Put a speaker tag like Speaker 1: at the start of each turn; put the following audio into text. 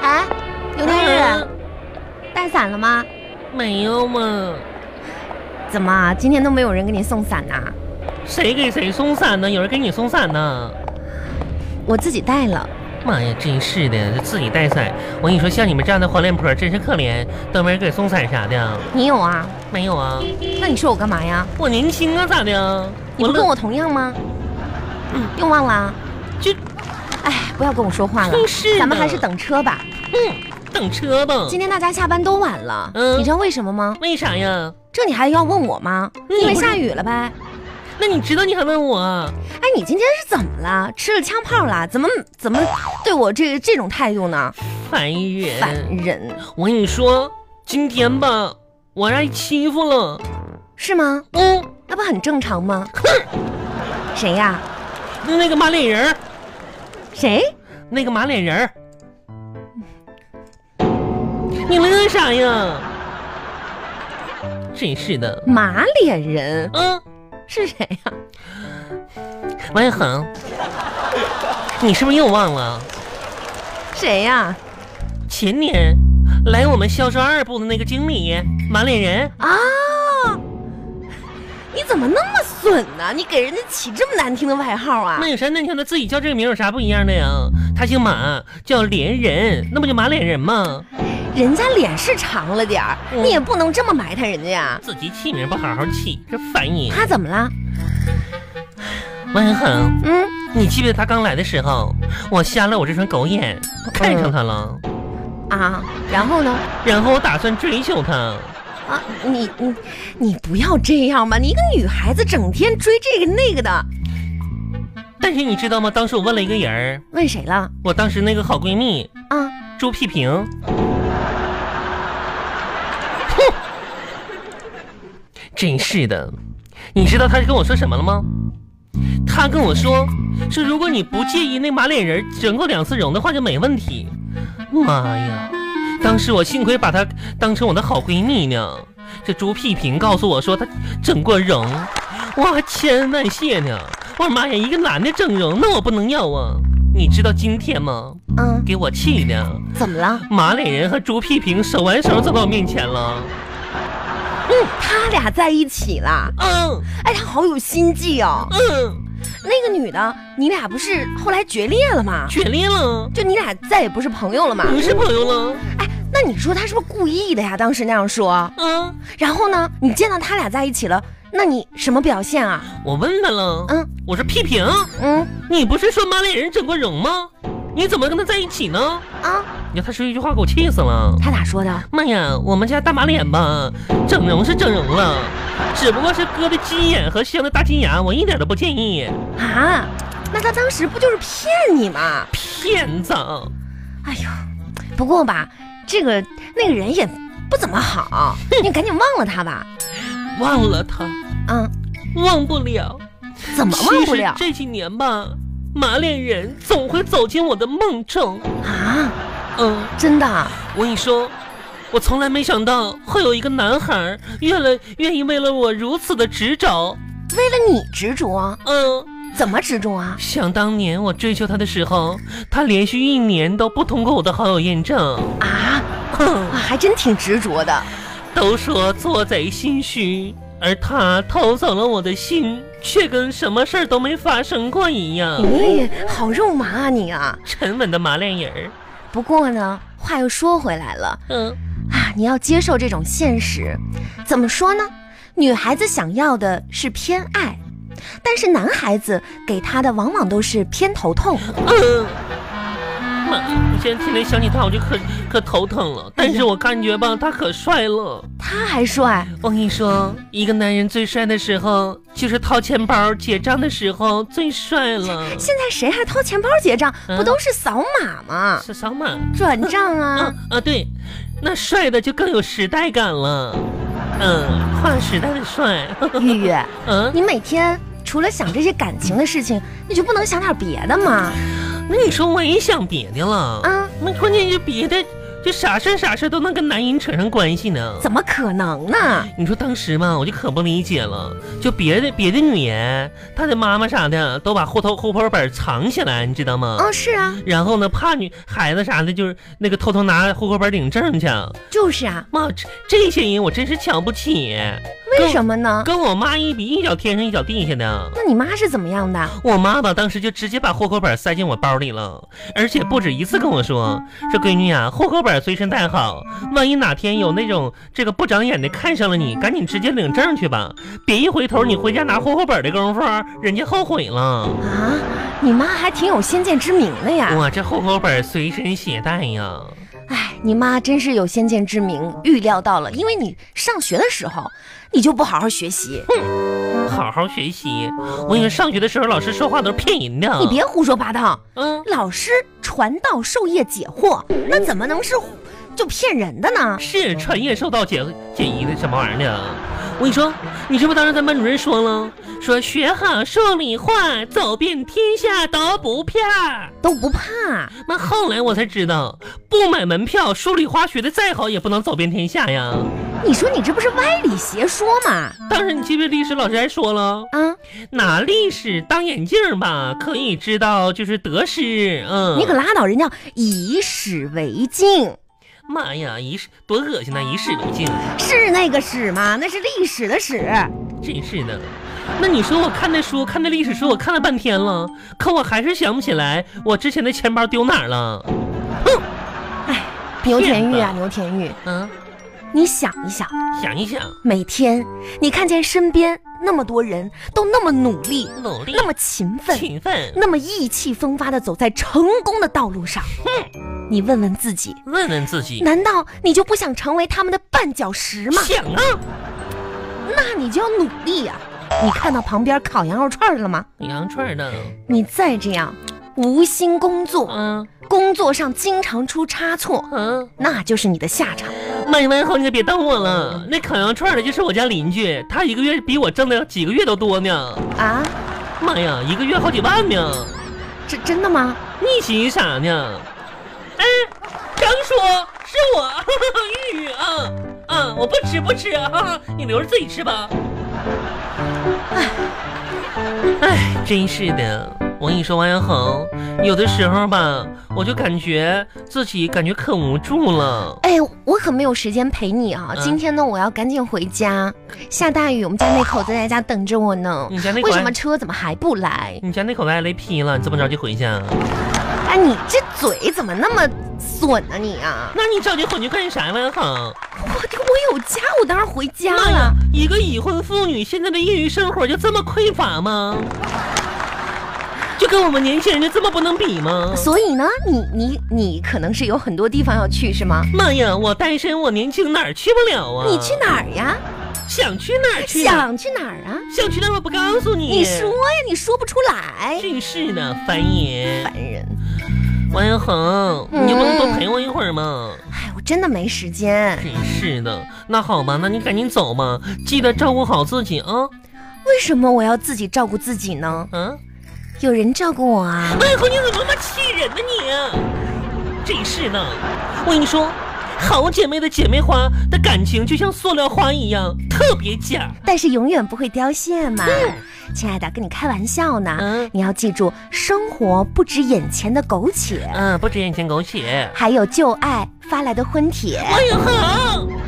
Speaker 1: 啊伞了吗？
Speaker 2: 没有嘛，
Speaker 1: 怎么啊今天都没有人给你送伞呐、啊
Speaker 2: 谁给谁送伞呢？有人给你送伞呢？
Speaker 1: 我自己带了。
Speaker 2: 妈呀，真是的，这自己带伞。我跟你说，像你们这样的黄脸婆真是可怜，都没人给送伞啥的。
Speaker 1: 你有啊？
Speaker 2: 没有啊，
Speaker 1: 那你说我干嘛呀？
Speaker 2: 我年轻啊，咋的？
Speaker 1: 你不跟
Speaker 2: 乐
Speaker 1: 我同样吗？嗯，又忘了啊？
Speaker 2: 就
Speaker 1: 哎，不要跟我说话了
Speaker 2: 真是，的
Speaker 1: 咱们还是嗯等车吧。
Speaker 2: 嗯等车吧。
Speaker 1: 今天大家下班都晚了，
Speaker 2: 嗯
Speaker 1: 你知道为什么吗？
Speaker 2: 为啥呀？
Speaker 1: 这你还要问我吗？
Speaker 2: 嗯
Speaker 1: 因为
Speaker 2: 不是
Speaker 1: 下雨了呗。
Speaker 2: 那你知道你还问我啊？
Speaker 1: 哎，你今天是怎么了？吃了枪炮啦？怎么怎么对我这这种态度呢？
Speaker 2: 烦
Speaker 1: 烦
Speaker 2: 人！
Speaker 1: 人
Speaker 2: 我跟你说，今天吧，我让人欺负了。
Speaker 1: 是吗？
Speaker 2: 嗯，
Speaker 1: 那不很正常吗？谁呀？
Speaker 2: 那个马脸人儿，
Speaker 1: 谁？
Speaker 2: 那个马脸人儿， 你乐啥呀？真是的，
Speaker 1: 马脸人
Speaker 2: 嗯，
Speaker 1: 是谁呀？
Speaker 2: 王一恒，你是不是又忘了
Speaker 1: 谁呀？
Speaker 2: 前年来我们销售二部的那个经理马脸人？
Speaker 1: 啊！你怎么那么损呢、你给人家起这么难听的外号啊
Speaker 2: 那？有啥？那你看他自己叫这个名有啥不一样的呀？他姓马，叫连人，那不就马脸人吗？
Speaker 1: 人家脸是长了点儿，
Speaker 2: 嗯
Speaker 1: 你也不能这么埋汰人家呀。
Speaker 2: 自己起名不好好起，真烦人。
Speaker 1: 他怎么了？
Speaker 2: 王一恒，
Speaker 1: 嗯，
Speaker 2: 你记不记得他刚来的时候，我瞎了我这双狗眼，看上他了，
Speaker 1: 啊，然后呢？
Speaker 2: 然后我打算追求他。
Speaker 1: 啊，你你你不要这样吧！你一个女孩子整天追这个那个的，
Speaker 2: 但是你知道吗？当时我问了一个人儿，
Speaker 1: 问谁了？
Speaker 2: 我当时那个好闺蜜
Speaker 1: 啊，
Speaker 2: 朱屁平。哼，真是的，你知道他跟我说什么了吗？他跟我说，说如果你不介意那马脸人整过两次容的话，就没问题。妈呀！当时我幸亏把她当成我的好闺蜜呢。这朱屁平告诉我说她整过容，哇，千恩万谢呢！我的妈呀，一个男的整容，那我不能要啊！你知道今天吗？
Speaker 1: 嗯，
Speaker 2: 给我气的，
Speaker 1: 怎么了？
Speaker 2: 马脸人和朱屁平手挽手走到我面前了。
Speaker 1: 嗯他俩在一起了？
Speaker 2: 嗯
Speaker 1: 哎，他好有心计哦。
Speaker 2: 嗯，
Speaker 1: 那个女的，你俩不是后来决裂了吗？
Speaker 2: 决裂了，
Speaker 1: 就你俩再也不是朋友了吗？
Speaker 2: 不是朋友了。
Speaker 1: 哎，那你说他是不是故意的呀？当时那样说，
Speaker 2: 嗯，
Speaker 1: 然后呢，你见到他俩在一起了，那你什么表现啊？
Speaker 2: 我问他了，
Speaker 1: 嗯
Speaker 2: 我说屁平，
Speaker 1: 嗯
Speaker 2: 你不是说马脸人整过容吗？你怎么跟他在一起呢？
Speaker 1: 啊，
Speaker 2: 你看他说一句话给我气死了。
Speaker 1: 他咋说的？
Speaker 2: 妈呀，我们家大马脸吧，整容是整容了，只不过是割的鸡眼和镶的大金牙，我一点都不介意。
Speaker 1: 啊，那他当时不就是骗你吗？
Speaker 2: 骗子，
Speaker 1: 哎呦，不过吧，这个那个人也不怎么好，你赶紧忘了他吧。
Speaker 2: 忘了他，
Speaker 1: 嗯，
Speaker 2: 忘不了，
Speaker 1: 怎么忘不了
Speaker 2: 其实这几年吧，马脸人总会走进我的梦中。
Speaker 1: 啊？
Speaker 2: 嗯，
Speaker 1: 真的？
Speaker 2: 我跟你说，我从来没想到会有一个男孩儿愿了愿意为了我如此的执着。
Speaker 1: 为了你执着？
Speaker 2: 嗯。
Speaker 1: 怎么执着啊？
Speaker 2: 想当年我追求他的时候，他连续一年都不通过我的好友验证。
Speaker 1: 啊，
Speaker 2: 哼，
Speaker 1: 哇，还真挺执着的。
Speaker 2: 都说做贼心虚，而他偷走了我的心，却跟什么事儿都没发生过一样。
Speaker 1: 咦、好肉麻啊你啊！
Speaker 2: 沉稳的马脸人儿，
Speaker 1: 不过呢，话又说回来了
Speaker 2: 嗯，
Speaker 1: 啊，你要接受这种现实。怎么说呢？女孩子想要的是偏爱，但是男孩子给她的往往都是偏头痛。
Speaker 2: 嗯，妈，我现在天天想起他，我就可可头疼了。但是我感觉吧，他可帅了。
Speaker 1: 他还啊帅，
Speaker 2: 我跟你说，一个男人最帅的时候，就是掏钱包结账的时候最帅了。
Speaker 1: 现在谁还掏钱包结账？
Speaker 2: 嗯
Speaker 1: 不都是扫码吗？
Speaker 2: 是扫码
Speaker 1: 转账
Speaker 2: 啊
Speaker 1: 啊！
Speaker 2: 啊，对，那帅的就更有时代感了。嗯，划时代的帅。
Speaker 1: 玉玉，
Speaker 2: 嗯，
Speaker 1: 你每天除了想这些感情的事情，你就不能想点别的吗？
Speaker 2: 那你说我也想别的了
Speaker 1: 啊
Speaker 2: 那关键是别的就啥事儿啥事儿都能跟男人扯上关系呢。
Speaker 1: 怎么可能呢？
Speaker 2: 你说当时嘛，我就可不理解了，就别的别的女人，她的妈妈啥的都把户头户口本藏起来，你知道吗？
Speaker 1: 哦，是啊，
Speaker 2: 然后呢，怕女孩子啥的，就是那个偷偷拿户口本领证去。
Speaker 1: 就是啊，
Speaker 2: 妈，这这些人我真是瞧不起，
Speaker 1: 为什么呢？
Speaker 2: 跟我妈一比，一脚天上一脚地下的。
Speaker 1: 那你妈是怎么样的？
Speaker 2: 我妈吧，当时就直接把户口本塞进我包里了，而且不止一次跟我说：“说闺女啊，户口本随身带好，万一哪天有那种这个不长眼的看上了你，赶紧直接领证去吧，别一回头你回家拿户口本的功夫，人家后悔了。
Speaker 1: 啊，你妈还挺有先见之明的呀。
Speaker 2: 我这户口本随身携带呀，
Speaker 1: 哎，你妈真是有先见之明，预料到了。因为你上学的时候，你就不好好学习，
Speaker 2: 好好学习。我跟你说，上学的时候老师说话都是骗人的。
Speaker 1: 你，别胡说八道。
Speaker 2: 嗯，
Speaker 1: 老师传道授业解惑，那怎么能是就骗人的呢？
Speaker 2: 是传业受到解解疑的什么玩意儿呢？我跟你说，你是不是当时咱班主任说了，说学好数理化，走遍天下都不怕。
Speaker 1: 都不怕，
Speaker 2: 那后来我才知道，不买门票，数理化学的再好也不能走遍天下呀。
Speaker 1: 你说你这不是歪理邪说吗？
Speaker 2: 当时你记不记得历史老师还说了，
Speaker 1: 啊，
Speaker 2: 拿历史当眼镜儿吧，可以知道就是得失。嗯，
Speaker 1: 你可拉倒，人家以史为镜，
Speaker 2: 妈呀，一世多恶心呐、一世为镜，
Speaker 1: 是那个史吗？那是历史的史。
Speaker 2: 真是的。那你说我看那书，看那历史书，我看了半天了，可我还是想不起来我之前的钱包丢哪儿了。
Speaker 1: 牛田玉啊，牛田玉，
Speaker 2: 嗯，
Speaker 1: 你想一想，
Speaker 2: 想一想，
Speaker 1: 每天你看见身边那么多人都那么努力，
Speaker 2: 努力
Speaker 1: 那，么勤奋，
Speaker 2: 勤奋，
Speaker 1: 那么意气风发的走在成功的道路上，你问问自己，
Speaker 2: 问问自己，
Speaker 1: 难道你就不想成为他们的绊脚石吗？
Speaker 2: 想啊。
Speaker 1: 那你就要努力呀、你看到旁边烤羊肉串了吗？
Speaker 2: 羊串儿的，
Speaker 1: 你再这样无心工作，
Speaker 2: 嗯
Speaker 1: 工作上经常出差错，
Speaker 2: 嗯，
Speaker 1: 那就是你的下场。
Speaker 2: 妈呀，完后你可别动我了。那烤羊串儿的就是我家邻居，他一个月比我挣的几个月都多呢。
Speaker 1: 啊，
Speaker 2: 妈呀，一个月好几万呢。
Speaker 1: 这真的吗？
Speaker 2: 你寻啥呢？哎，刚说是我 玉玉啊啊！我不吃不吃啊，你留着自己吃吧。哎，真是的，我跟你说，王小红，有的时候吧，我就感觉自己感觉可无助了。
Speaker 1: 哎，我可没有时间陪你啊！
Speaker 2: 嗯
Speaker 1: 今天呢，我要赶紧回家，下大雨，我们家那口子在家等着我呢。
Speaker 2: 你嗯家那口
Speaker 1: 为什么车怎么还不来？
Speaker 2: 你家那口子 LP 了，你这么着急回去啊？
Speaker 1: 哎，你这嘴怎么那么损呢、你啊？
Speaker 2: 那你着急回去干啥，王小红？
Speaker 1: 我我有家，我当然回家
Speaker 2: 妈
Speaker 1: 了
Speaker 2: 呀。，一个已婚妇女现在的业余生活就这么匮乏吗？就跟我们年轻人就这么不能比吗？
Speaker 1: 所以呢，你你你可能是有很多地方要去是吗？
Speaker 2: 妈呀，我单身，我年轻哪儿去不了啊？
Speaker 1: 你去哪儿呀？
Speaker 2: 想去哪儿去？
Speaker 1: 想去哪儿啊？
Speaker 2: 想去哪儿我不告诉你。
Speaker 1: 你说呀，你说不出来，
Speaker 2: 真是的，烦人。
Speaker 1: 烦人。
Speaker 2: 王小恒，
Speaker 1: 嗯
Speaker 2: 你就不能多陪我一会儿吗？
Speaker 1: 哎，我真的没时间。
Speaker 2: 真是的，那好吧，那你赶紧走吧，记得照顾好自己啊。
Speaker 1: 为什么我要自己照顾自己呢？
Speaker 2: 嗯，
Speaker 1: 有人照顾我啊。
Speaker 2: 王小哎恒，你怎么那么气人呢你？真是的，我跟你说，好姐妹的姐妹花的感情就像塑料花一样，特别假。
Speaker 1: 但是永远不会凋谢嘛。亲爱的，跟你开玩笑呢。
Speaker 2: 嗯
Speaker 1: 你要记住，生活不止眼前的苟且，
Speaker 2: 啊嗯，不止眼前苟且。
Speaker 1: 还有旧爱发来的婚帖。
Speaker 2: 王小恒。